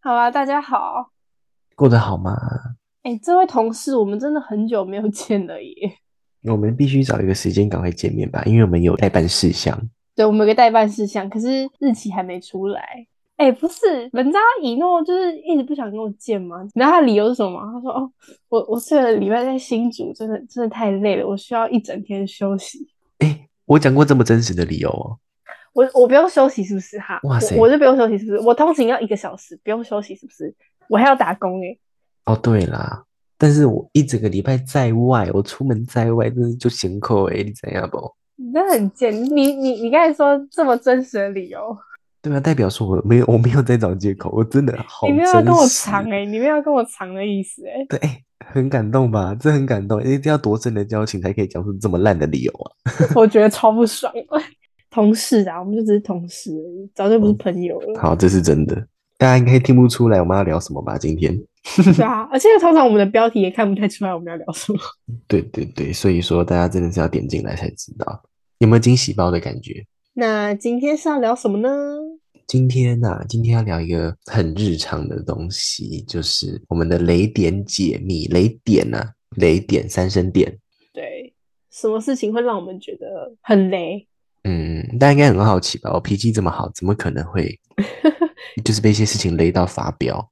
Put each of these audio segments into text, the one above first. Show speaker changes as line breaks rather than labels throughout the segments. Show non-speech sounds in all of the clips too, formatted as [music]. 好啊，大家好。
过得好吗？
哎、这位同事，我们真的很久没有 [laughs] 见了耶。
我们必须找一个时间赶快见面吧，因为我们有代办事项。
对，我们有个代办事项，可是日期还没出来。哎、不是，人家以诺就是一直不想跟我见嘛。你知道他的理由是什么吗？他说：“哦，我我这个礼拜在新竹，真的真的太累了，我需要一整天休息。
我讲过这么真实的理由哦，
我我不用休息是不是哈？
哇塞
我我就不用休息是不是？我通勤要一个小时，不用休息是不是？我还要打工哎、
哦对啦，但是我一整个礼拜在外，我出门在外，真的就嫌扣诶，你怎样不？
你真的很贱。你你你刚才说这么真实的理由，
对啊，代表说我没有，我没有在找借口，我真的好
你没
真
有
实。
要跟我藏哎、你没有要跟我藏的意思哎、
对，哎很感动吧？这很感动，一定要多深的交情才可以讲出这么烂的理由啊！
[laughs] 我觉得超不爽。 [laughs] 同事啊，我们就只是同事而已，早就不是朋友了。
好，这是真的，大家应该听不出来我们要聊什么吧？今天，
[laughs] 对啊，而且通常我们的标题也看不太出来我们要聊什么。 [laughs]
对对对，所以说大家真的是要点进来才知道有没有惊喜包的感觉。
那今天是要聊什么呢？
今天呐、今天要聊一个很日常的东西，就是我们的雷点解密。雷点呐、雷点三声点。
对，什么事情会让我们觉得很雷？ [laughs]
嗯，大家应该很好奇吧？我脾气这么好，怎么可能会就是被一些事情雷到发飙？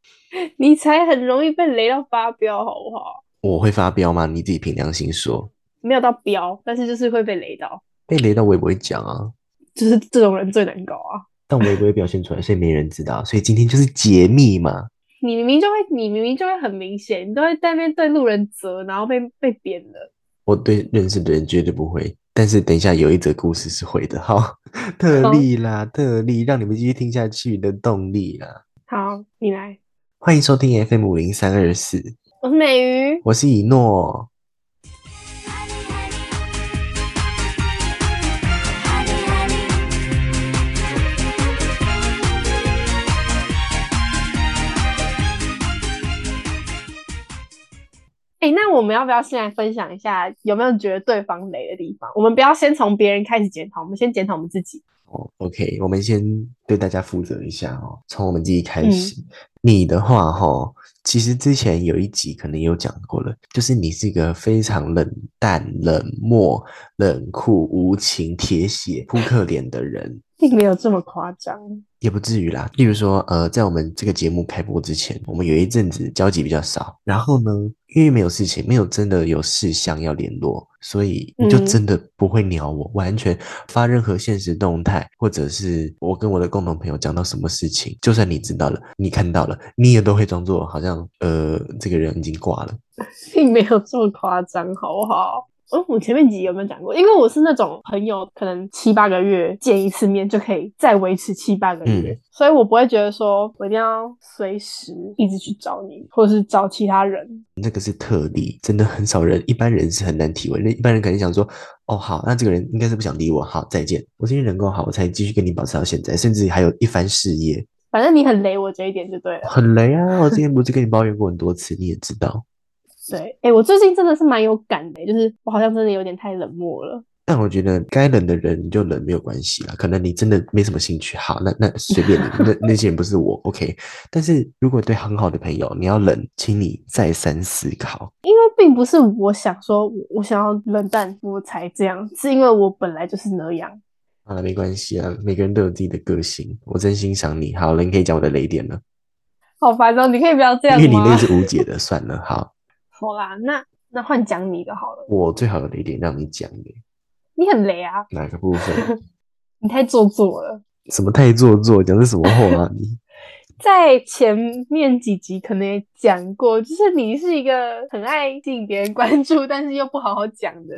你才很容易被雷到发飙，好不好？
我会发飙吗？你自己凭良心说，
没有到飙，但是就是会被雷到，
被雷到我也不会讲啊，
就是这种人最难搞啊！
但我也不会表现出来，所以没人知道。所以今天就是解密嘛。
你明明就会，你明明就会很明显，你都会在那边对路人责，然后被被扁了。
我对认识的人绝对不会，但是等一下有一则故事是会的哈， [laughs] 特
好
例啦，特例，让你们继续听下去的动力啦。
好，你来，
欢迎收听 FM 五零三二四，
我是美鱼。
我是以诺。
哎、那我们要不要先来分享一下有没有觉得对方雷的地方？我们不要先从别人开始检讨，我们先检讨我们自己。
哦，OK，我们先对大家负责一下哦，从我们自己开始。你的话哈、其实之前有一集可能有讲过了，就是你是一个非常冷淡、冷漠、冷酷、无情、铁血、扑克脸的人。
并没有这么夸张，
也不至于啦。例如说，呃，在我们这个节目开播之前，我们有一阵子交集比较少，然后呢，因为没有事情，没有真的有事项要联络，所以你就
嗯
真的不会鸟我，完全发任何现实动态，或者是我跟我的共同朋友讲到什么事情，就算你知道了，你看到了，你也都会装作好像呃这个人已经挂了。
[laughs] 并没有这么夸张，好不好？嗯，我前面几集有没有讲过？因为我是那种朋友，可能七八个月见一次面就可以再维持七八个月，
嗯
所以我不会觉得说我一定要随时一直去找你，或者是找其他人。
那个是特例，真的很少人，一般人是很难体会。那一般人可能想说，哦，好，那这个人应该是不想理我，好，再见。我是因为人够好，我才继续跟你保持到现在，甚至还有一番事业，
反正你很雷我这一点就对了。
很雷啊！我之前不是跟你抱怨过很多次，你也知道。
对，哎、我最近真的是蛮有感的，就是我好像真的有点太冷漠了。
但我觉得该冷的人你就冷没有关系啦，可能你真的没什么兴趣，好，那那随便你，那那些人不是我，OK。但是如果对很好的朋友，你要冷，请你再三思考。
因为并不是我想说我我想要冷淡我才这样，是因为我本来就是那样。
好了，没关系啊，每个人都有自己的个性，我真欣赏你。好了，你可以讲我的雷点了。
好烦哦，你可以不要这样
因为你
吗
那？是无解的，算了。好，
好啦，那那换讲你的好了，
我最好的雷点让你讲耶，
你很雷啊，
哪个部分？
你太做作了。
什么太做作，讲的什么话啊你？
在前面几集可能也讲过，就是你是一个很爱吸引别人关注，但是又不好好讲的，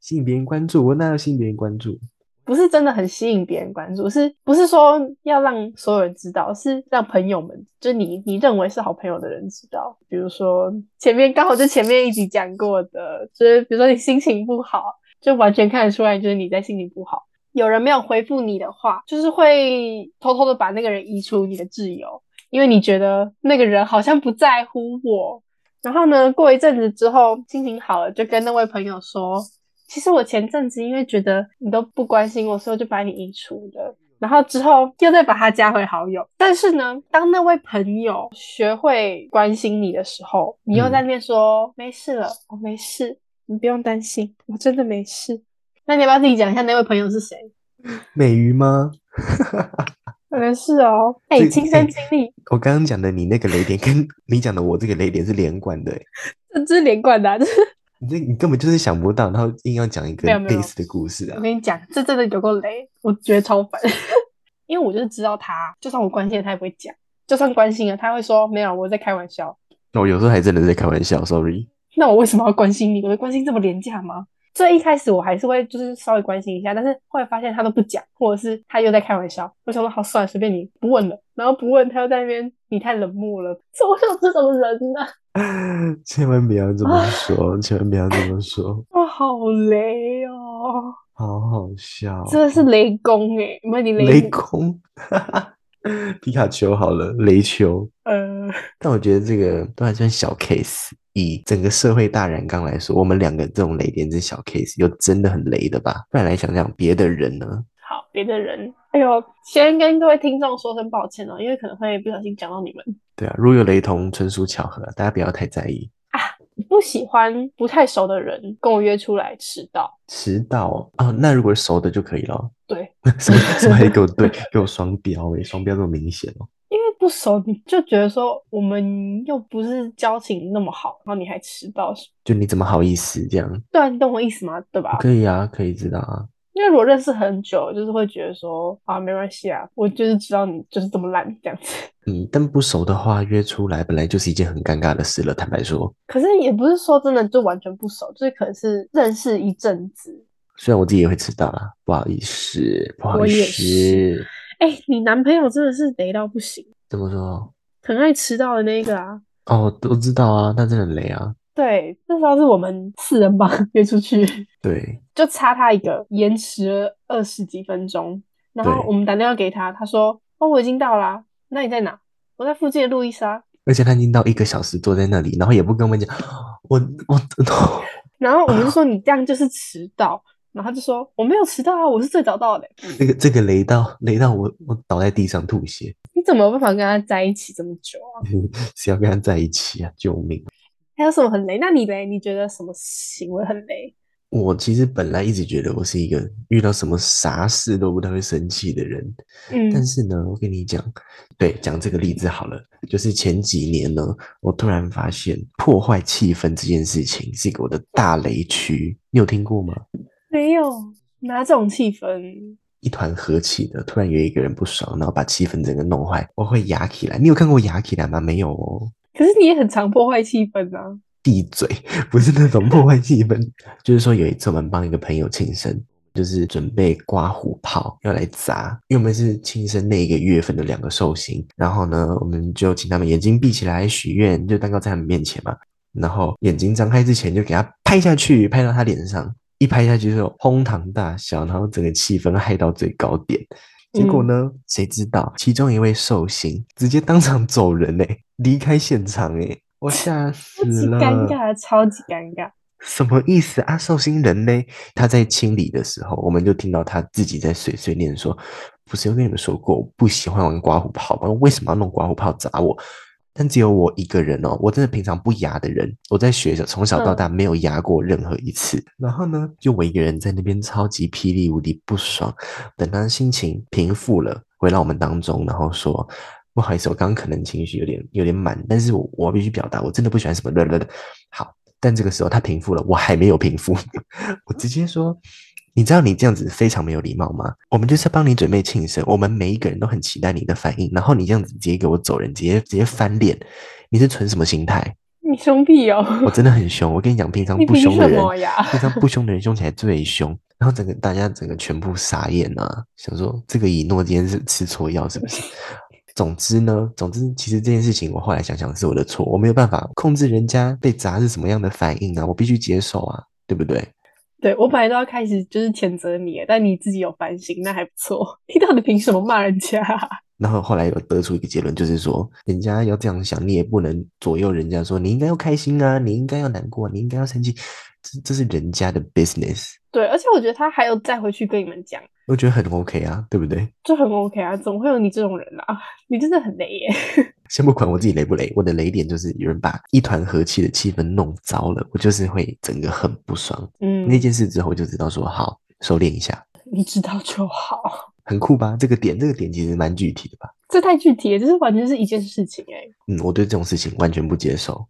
吸引别人关注，我哪有吸引别人关注？
不是真的很吸引别人关注，是不是说要让所有人知道，是让朋友们，就你你认为是好朋友的人知道？比如说前面刚好就前面一集讲过的，就是比如说你心情不好，就完全看得出来，就是你在心情不好。有人没有回复你的话，就是会偷偷的把那个人移除你的挚友，因为你觉得那个人好像不在乎我。然后呢，过一阵子之后心情好了，就跟那位朋友说，其实我前阵子因为觉得你都不关心我，所以我就把你移除了。然后之后又再把他加回好友。但是呢，当那位朋友学会关心你的时候，你又在那边说、没事了，我没事，你不用担心，我真的没事。那你要不要自己讲一下那位朋友是谁？
美鱼吗？
可能是哦，哎、
这
亲身经历，
我刚刚讲的你那个雷点，跟 [laughs] 你讲的我这个雷点是连贯的、欸，
这这是连贯的、啊，这是
你这你根本就是想不到，然后硬要讲一个
没有没有
diss 的故事啊
[laughs] 我！跟你讲，这真的有够雷，我觉得超烦。 [laughs] 因为我就是知道他，就算我关心了，他也不会讲；就算关心了，他会说没有，我在开玩笑。
那哦我有时候还真的在开玩笑，sorry。 [laughs]
那我为什么要关心你？我的关心这么廉价吗？这一开始我还是会就是稍微关心一下，但是后来发现他都不讲，或者是他又在开玩笑。我想说好算了，随便你，不问了。然后不问，他又在那边你太冷漠了， [laughs] 这我想这种人啊呢、
千万不要这
啊
么说，千万不要这么说，
哇、好雷哦，
好好笑。
真的是雷公哎、没有你
雷
公
公， [laughs] 皮卡丘好了，雷丘。
呃，
但我觉得这个都还算小 case，以整个社会大染缸来说，我们两个这种雷点是小 case，有真的很雷的吧？不然来想想别的人呢？
好，别的人，哎呦，先跟各位听众说声抱歉哦，因为可能会不小心讲到你们。
对啊，如有雷同，纯属巧合，啊大家不要太在意。
不喜欢不太熟的人跟我约出来迟到，
迟到哦，那如果是熟的就可以了。 [laughs]
对，
什么什么还给我对，给我双标诶、双标这么明显哦。
因为不熟你就觉得说我们又不是交情那么好，然后你还迟到，
就你怎么好意思这样？
对啊，你懂我意思吗？对吧？
可以啊，可以知道啊。
因为我认识很久，就是会觉得说啊，没关系啊，我就是知道你就是这么烂这样子。
嗯，但不熟的话约出来本来就是一件很尴尬的事了。坦白说，
可是也不是说真的就完全不熟，就是可能是认识一阵子。
虽然我自己也会迟到啦，不好意思，不好
我
意
也
思。
哎、你男朋友真的是雷到不行，
怎么说？
很爱迟到的那个啊。
哦，都知道啊，那真的很雷啊。
对，那时候是我们四人帮约出去，
对，
就差他一个延迟了二十几分钟。然后
对
我们打电话给他，他说：“哦，我已经到啦，那你在哪？我在附近的路易莎。
而且他已经到一个小时坐在那里，然后也不跟我们讲，我我 [laughs]
然后我 [laughs] 们就说：“你这样就是迟到。”然后他就说：“我没有迟到啊，我是最早到的。 [laughs]
这个这个雷到雷到我我倒在地上吐血，
你怎么有办法跟他在一起这么久啊？
谁要跟他在一起啊？救命！
还有什么很雷？那你嘞？你觉得什么行为很雷？
我其实本来一直觉得我是一个遇到什么啥事都不太会生气的人，
嗯
但是呢，我跟你讲，对，讲这个例子好了，就是前几年呢，我突然发现破坏气氛这件事情是一个我的大雷区，你有听过吗？
没有哪种气氛？
一团和气的，突然有一个人不爽，然后把气氛整个弄坏，我会牙起来。你有看过牙起来吗？没有哦。
可是你也很常破坏气氛啊。
闭嘴， [laughs] 不是那种破坏气氛。 [laughs] 就是说，有一次我们帮一个朋友庆生，就是准备刮胡泡要来砸，因为我们是庆生那一个月份的两个寿星。然后呢，我们就请他们眼睛闭起来许愿，就蛋糕在他们面前嘛。然后眼睛张开之前就给他拍下去，拍到他脸上，一拍下去就哄堂大笑，然后整个气氛嗨到最高点。结果
嗯
呢，谁知道其中一位寿星直接当场走人嘞、欸离开现场哎、我吓死
超级
了，
尴尬，超级尴尬。
什么意思啊？寿星人呢？他在清理的时候，我们就听到他自己在碎碎念说：“不是有跟你们说过，我不喜欢玩刮胡泡吗？为什么要弄刮胡泡砸我？”但只有我一个人哦，我真的平常不牙的人，我在学校从小到大没有牙过任何一次。然后呢，就我一个人在那边超级霹雳无敌不爽。等他心情平复了，回到我们当中，然后说：“不好意思，我刚刚可能情绪有点有点满，但是我我必须表达，我真的不喜欢什么的 [laughs] 的的。”好，但这个时候他平复了，我还没有平复， [laughs] 我直接说。你知道你这样子非常没有礼貌吗？我们就是帮你准备庆生，我们每一个人都很期待你的反应，然后你这样子直接给我走人，直接直接翻脸，你是存什么心态？
你凶屁哦！ [laughs]
我真的很凶，我跟你讲，平常
你
不
凭
凶的
什
人，
么呀？
平常不凶的人凶起来最凶，然后整个大家整个全部傻眼啊，想说这个以诺今天是吃错药是不 [laughs] 是？总之呢，总之其实这件事情我后来想想是我的错，我没有办法控制人家被砸是什么样的反应啊，我必须接受啊，对不对？
对我本来都要开始就是谴责你，但你自己有反省，那还不错。 [laughs] 你到底凭什么骂人家啊？ [laughs]
然后后来有得出一个结论，就是说人家要这样想，你也不能左右人家说你应该要开心啊，你应该要难过，你应该要生气，这这是人家的 business。
对，而且我觉得他还有再回去跟你们讲，
我觉得很 OK 啊，对不对？
就很 OK 啊，总会有你这种人啊， [laughs] 你真的很雷耶。
先不管我自己雷不雷，我的雷点就是有人把一团和气的气氛弄糟了，我就是会整个很不爽。
嗯，
那件事之后，我就知道说好收敛一下，
你知道就好，
很酷吧？这个点，这个点其实蛮具体的吧？
这太具体了，这是完全是一件事情哎、
嗯，我对这种事情完全不接受。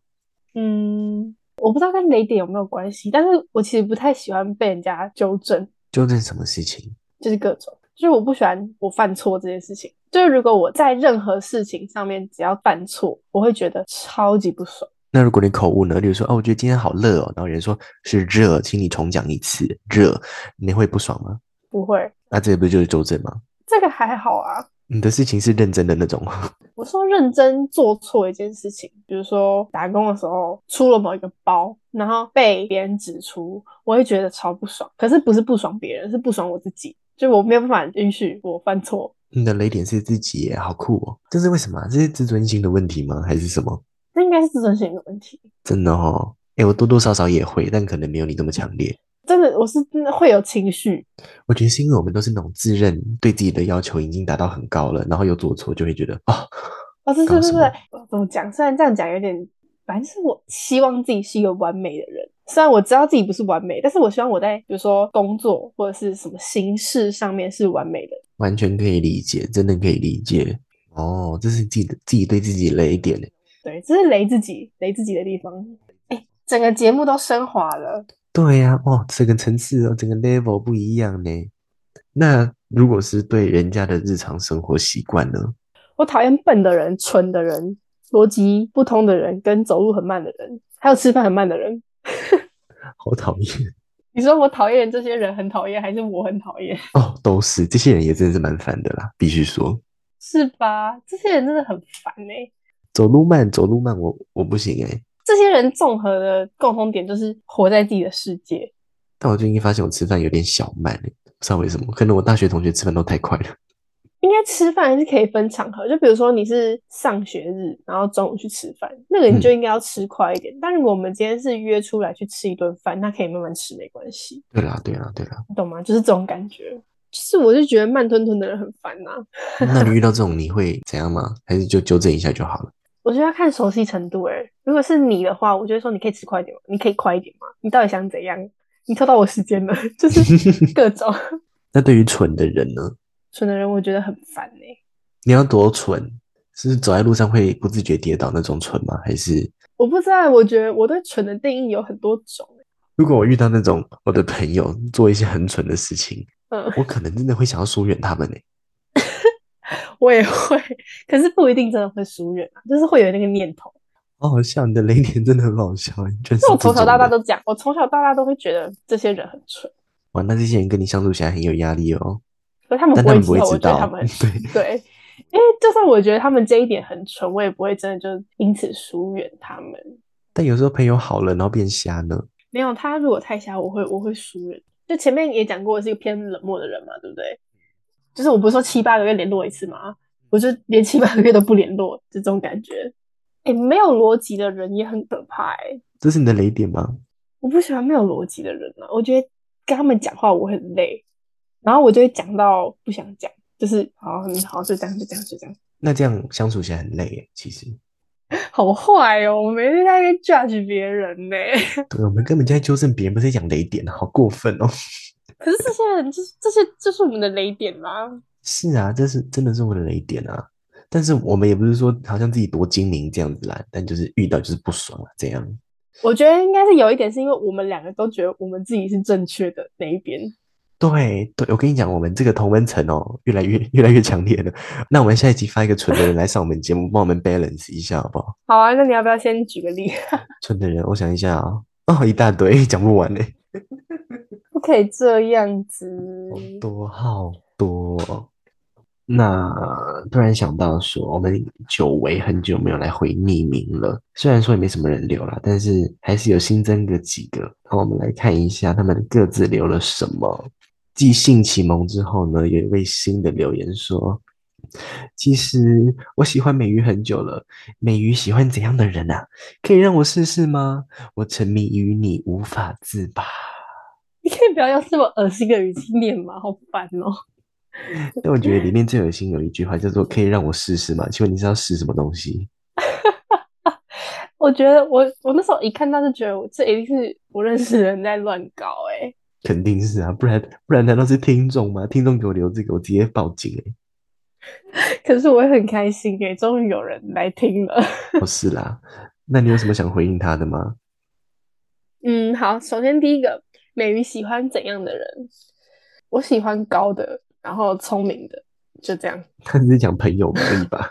嗯，我不知道跟雷点有没有关系，但是我其实不太喜欢被人家纠正，
究竟什么事情？
就是各种，就是我不喜欢我犯错这件事情。就是如果我在任何事情上面只要犯错，我会觉得超级不爽。
那如果你口误呢？例如说，哦，我觉得今天好热哦，然后有人说是热，请你重讲一次热，你会不爽吗？
不会，
那这不就是纠正吗？
这个还好啊。
你的事情是认真的那种 [laughs] 吗，
我说认真做错一件事情，比如说打工的时候出了某一个包，然后被别人指出，我会觉得超不爽。可是不是不爽别人，是不爽我自己，就我没有办法允许我犯错。
你的雷点是自己耶，好酷哦！这是为什么啊？这是自尊心的问题吗？还是什么？
这应该是自尊心的问题。
真的哦，哎，我多多少少也会，但可能没有你这么强烈。
真的，我是真的会有情绪，
我觉得是因为我们都是那种自认对自己的要求已经达到很高了，然后又做错，就会觉得啊、 [laughs]
哦，对对
搞
对
什
对
么，
我怎么讲？虽然这样讲有点，反正是我希望自己是一个完美的人。虽然我知道自己不是完美，但是我希望我在比如说工作或者是什么形式上面是完美的。
完全可以理解，真的可以理解。哦，这是自己的自己对自己雷点欸耶。
对，这是雷自己雷自己的地方。哎，整个节目都升华了。
对呀、哦，整个层次哦，整个 level 不一样呢。那如果是对人家的日常生活习惯呢？
我讨厌笨的人、蠢的人、逻辑不通的人、跟走路很慢的人，还有吃饭很慢的人。
好讨厌
你说我讨厌这些人很讨厌，还是我很讨厌？
哦，都是这些人也真的是蛮烦的啦，必须说。
是吧？这些人真的很烦哎、
走路慢，走路慢我，我不行欸诶、
这些人综合的共同点就是活在自己的世界。
但我最近发现我吃饭有点小慢、欸，不知道为什么，可能我大学同学吃饭都太快了。 [laughs]
应该吃饭还是可以分场合，就比如说你是上学日，然后中午去吃饭，那个你就应该要吃快一点。但如果我们今天是约出来去吃一顿饭，那可以慢慢吃，没关
[laughs]
系，
对啦，对啦，对啦。
你懂吗？就是这种感觉。就是我就觉得慢吞吞的人很烦啊呐、
那你遇到这种你会怎样吗？还是就纠正一下就好了？
我觉得要看熟悉程度诶、欸如果是你的话，我就会说你可以吃快一点吗？你可以快一点吗？你到底想怎样？你拖到我时间了， [laughs] 就是各种
那对于蠢的人呢？
蠢的人，我觉得很烦欸诶、
你要多蠢？是走在路上会不自觉跌倒那种蠢吗？还是
我不知道，我觉得我对蠢的定义有很多种。
如果我遇到那种我的朋友做一些很蠢的事情，
嗯，
我可能真的会想要疏远他们呢、欸
我也会，可是不一定真的会疏远啊，就是会有那个念头。
好好哦笑，你的雷点真的很好笑，欸你居然是
就我从
这
小
种
到大
人
都讲，我从小到大都会觉得这些人很蠢，
哇，那这些人跟你相处起来很有压力哦。
可是他们
但
不
他
会
们不
知道，我
会知
觉得他
道
们很，蠢。
对，
对，因为就算我觉得他们这一点很蠢，我也不会真的就因此疏远他们。
但有时候朋友好了，然后变瞎呢。
没有他如果太瞎，我会我会疏远。就前面也讲过，我是一个偏冷漠的人嘛，对不对？就是我不是说七八个月联络一次嘛，我就连七八个月都不联络，就这种感觉。哎，没有逻辑的人也很可怕哎、
这是你的雷点吗？
我不喜欢没有逻辑的人啊，我觉得跟他们讲话我很累，然后我就会讲到不想讲，就是好，嗯，好，就这样，就这样，就这样， [laughs]
那这样相处起来很累耶，其实。
好坏哦，我每天在那边 judge 别人呢、 [laughs]
对，我们根本就在纠正别人，不是在讲雷点，好过分哦。 [laughs]
可是这些人就是这些，就是我们的雷点啦、
是啊，这是真的是我的雷点啊。但是我们也不是说好像自己多精明这样子啦，但就是遇到就是不爽啊，这样。
我觉得应该是有一点是因为我们两个都觉得我们自己是正确的那一边，
对对，我跟你讲，我们这个同温层哦，越来越越来越强烈了。那我们下一集发一个蠢的人来上我们节目，帮我们 balance 一下好不好？
好啊，那你要不要先举个例？ [laughs]
蠢的人，我想一下啊、哦，一大堆讲不完嘞，
不可以这样子。
好多好多哦。那突然想到说，我们久违很久没有来回匿名了，虽然说也没什么人留了，但是还是有新增个几个。那我们来看一下他们各自留了什么。继性启蒙之后呢，有一位新的留言说：“其实我喜欢美鱼很久了，美鱼喜欢怎样的人啊？可以让我试试吗？我沉迷于你无法自拔。”
你可以不要用这么恶心的语气念吗？好烦哦！
[laughs] 但我觉得里面最恶心有一句话叫做“可以让我试试吗？”请问你是要试什么东西？
我觉得我我那时候一看到就觉得我这一定是不认识的人在乱搞哎、
肯定是啊，不然不然难道是听众吗？听众给我留这个，我直接报警哎、
可是我也很开心哎、终于有人来听了。
不哦是啦，那你有什么想回应他的吗？
嗯，好，首先第一个，美鱼喜欢怎样的人？我喜欢高的，然后聪明的，就这样。
他只是讲朋友而已吧？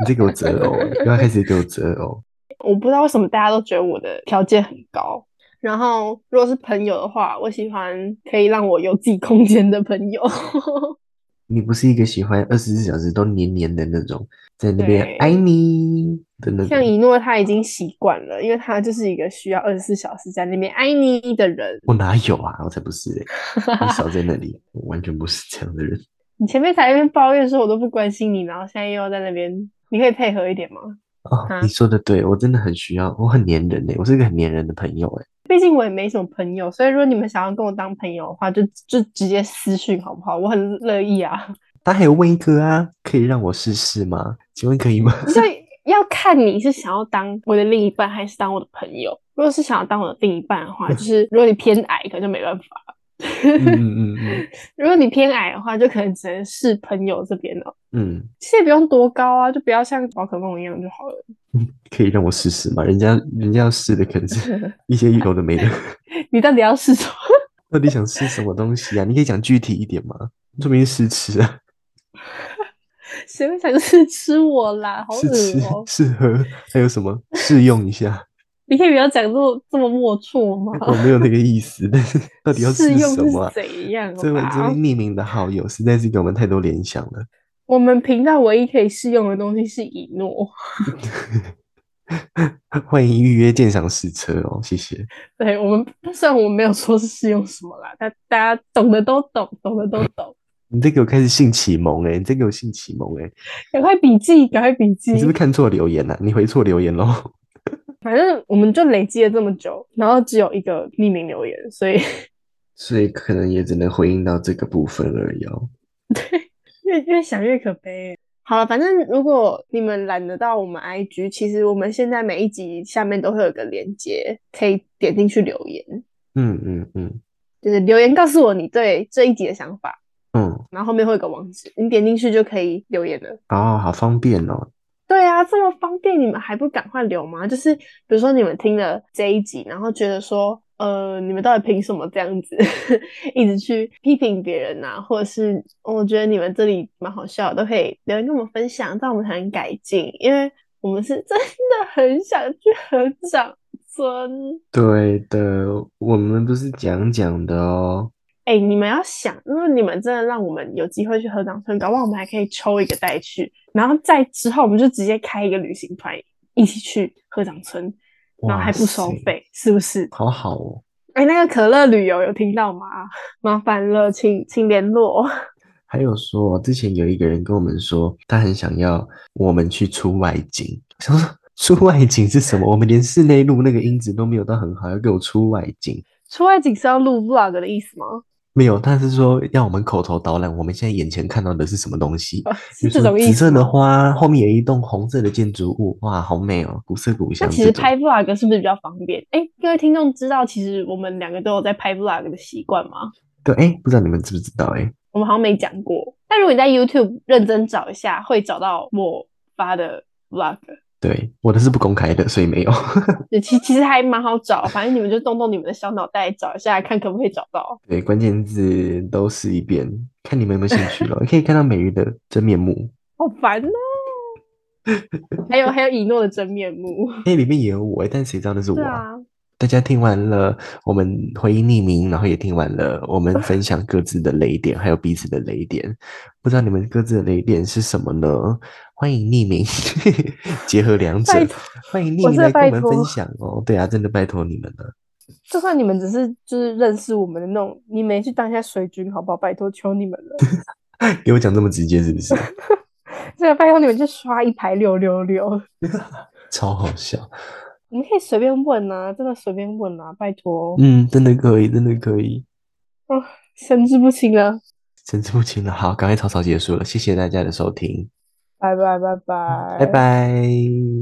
你在给我择偶，你又要开始给我择偶。
我不知道为什么大家都觉得我的条件很高。然后，如果是朋友的话，我喜欢可以让我有自己空间的朋友。
你不是一个喜欢二十四小时都黏黏的那种，在那边
对
爱你的那
像
种。
一诺，他已经习惯了，因为他就是一个需要二十四小时在那边爱你的人。
我哪有啊？我才不是、欸，你少在那里，我完全不是这样的人。
你前面才在那边抱怨说我都不关心你，然后现在又要在那边，你可以配合一点吗？
哦，
啊
你说的对，我真的很需要，我很黏人欸呢、我是一个很黏人的朋友哎、
毕竟我也没什么朋友，所以如果你们想要跟我当朋友的话，就就直接私讯好不好？我很乐意啊，
他还有问一个啊，可以让我试试吗？请问可以吗？ [laughs]
所以要看你是想要当我的另一半，还是当我的朋友。如果是想要当我的另一半的
[laughs]
话，就是如果你偏矮，可能就没办法。
嗯嗯嗯嗯
如果你偏矮的话，就可能只能是朋友这边了。
嗯，
其实也不用多高啊，就不要像宝可梦一样就好了。
可以让我试试吗？人家人家要试的可能是 [laughs] 一些有的没的，
你到底要试什么？ [laughs]
到底想试什么东西啊？你可以讲具体一点吗？说明是试吃啊，
谁会想试吃我啦？好
试吃
恶哦、
试喝，还有什么试用一下？
[laughs] 你可以不要讲这么这么龌龊
[laughs]
吗？
我没有那个意思，但
[laughs]
是到底要
试
试
用
什么、啊
是？啊怎样
这位这位
啦？
匿名的好友实在是给我们太多联想了。
我们频道唯一可以试用的东西是以诺，
欢迎预约鉴赏试车哦，谢谢。
[laughs] 对我们虽然我们没有说是试用什么啦，但大家懂的都懂，懂的都懂。
你这给我开始性启蒙哎、你这给我性启蒙哎、
赶快笔记，赶快笔记
你。是不是看错留言了、你回错留言 [laughs] 喽？
反正我们就累积了这么久，然后只有一个匿名留言，所以
所以可能也只能回应到这个部分而已哦。
[laughs] 越越想越可悲欸。好了，反正如果你们懒得到我们 IG，其实我们现在每一集下面都会有个链接，可以点进去留言，
嗯嗯嗯
就是留言告诉我你对这一集的想法。
嗯，
然后后面会有个网址，你点进去就可以留言了。
哦，好方便哦。
对啊，这么方便，你们还不赶快留吗？就是比如说你们听了这一集，然后觉得说，呃，你们到底凭什么这样子 [laughs] 一直去批评别人呐、或者是、哦我觉得你们这里蛮好笑的，都可以留言跟我们分享，这样我们才能改进，因为我们是 [laughs] 真的很想去合掌尊。
对的，我们不是讲讲的哦。
哎、你们要想，如果你们真的让我们有机会去合掌村，搞不好我们还可以抽一个带去，然后再之后我们就直接开一个旅行团，一起去合掌村，然后还不收
哇塞，
费，是不是？
好好哦。
哎、那个可乐旅游有听到吗？ [laughs] 麻烦了，请请联络。
还有说，之前有一个人跟我们说，他很想要我们去出外景。 [laughs] 我想说，出外景是什么？我们连室内录那个音质都没有到很好，要给我出外景。
出外景是要录 vlog 的意思吗？ [laughs]
没有，他是说要我们口头导览，我们现在眼前看到的是什么东西？
啊是
比如
这
说
种
紫
意思
色的
吗？
花，后面有一栋红色的建筑物，哇，好美哦，古色古
那
香
其
这
实
种。
拍 vlog 是不是比较方便？哎、各位听众知道，其实我们两个都有在拍 vlog 的习惯吗？
对，哎，不知道你们知不知道？哎，
我们好像没讲过。但如果你在 YouTube 认真找一下，会找到我发的 vlog。
对，我的是不公开的，所以没有。 [laughs]
对，其其实还蛮好找，反正你们就动动你们的小脑袋找一下，看可不可以找到。
对，关键字都试一遍，看你们有没有兴趣了。可以看到美鱼的真面目，
好烦 [laughs] 哦。还有还有以诺的真面目。
哎，里面也有我，哎，但谁知道那是我
对
啊？
啊，
大家听完了我们回应匿名，然后也听完了我
[laughs]
们分享各自的雷点，还有彼此的雷点。不知道你们各自的雷点是什么呢？欢迎匿名 [laughs] 结合两者
拜托，
欢迎匿
我
名
真的
来跟我
拜
们
托
分享哦。对啊，真的拜托你们了。
就算你们只是就是认识我们的那种，你们也去当一下水军好不好？拜托，求你 [laughs] 们了，
给我讲这么直接是不是？
真的啊拜托你们去刷一排六六六。
超好
[laughs]
笑。
我们可以随便问啊，真的随便问啊，拜托。
嗯嗯，真的可以，真的可以。
哦，神志不清啊了，
神志不清了。好，赶快草草结束了，谢谢大家的收听，
拜拜拜拜
拜拜。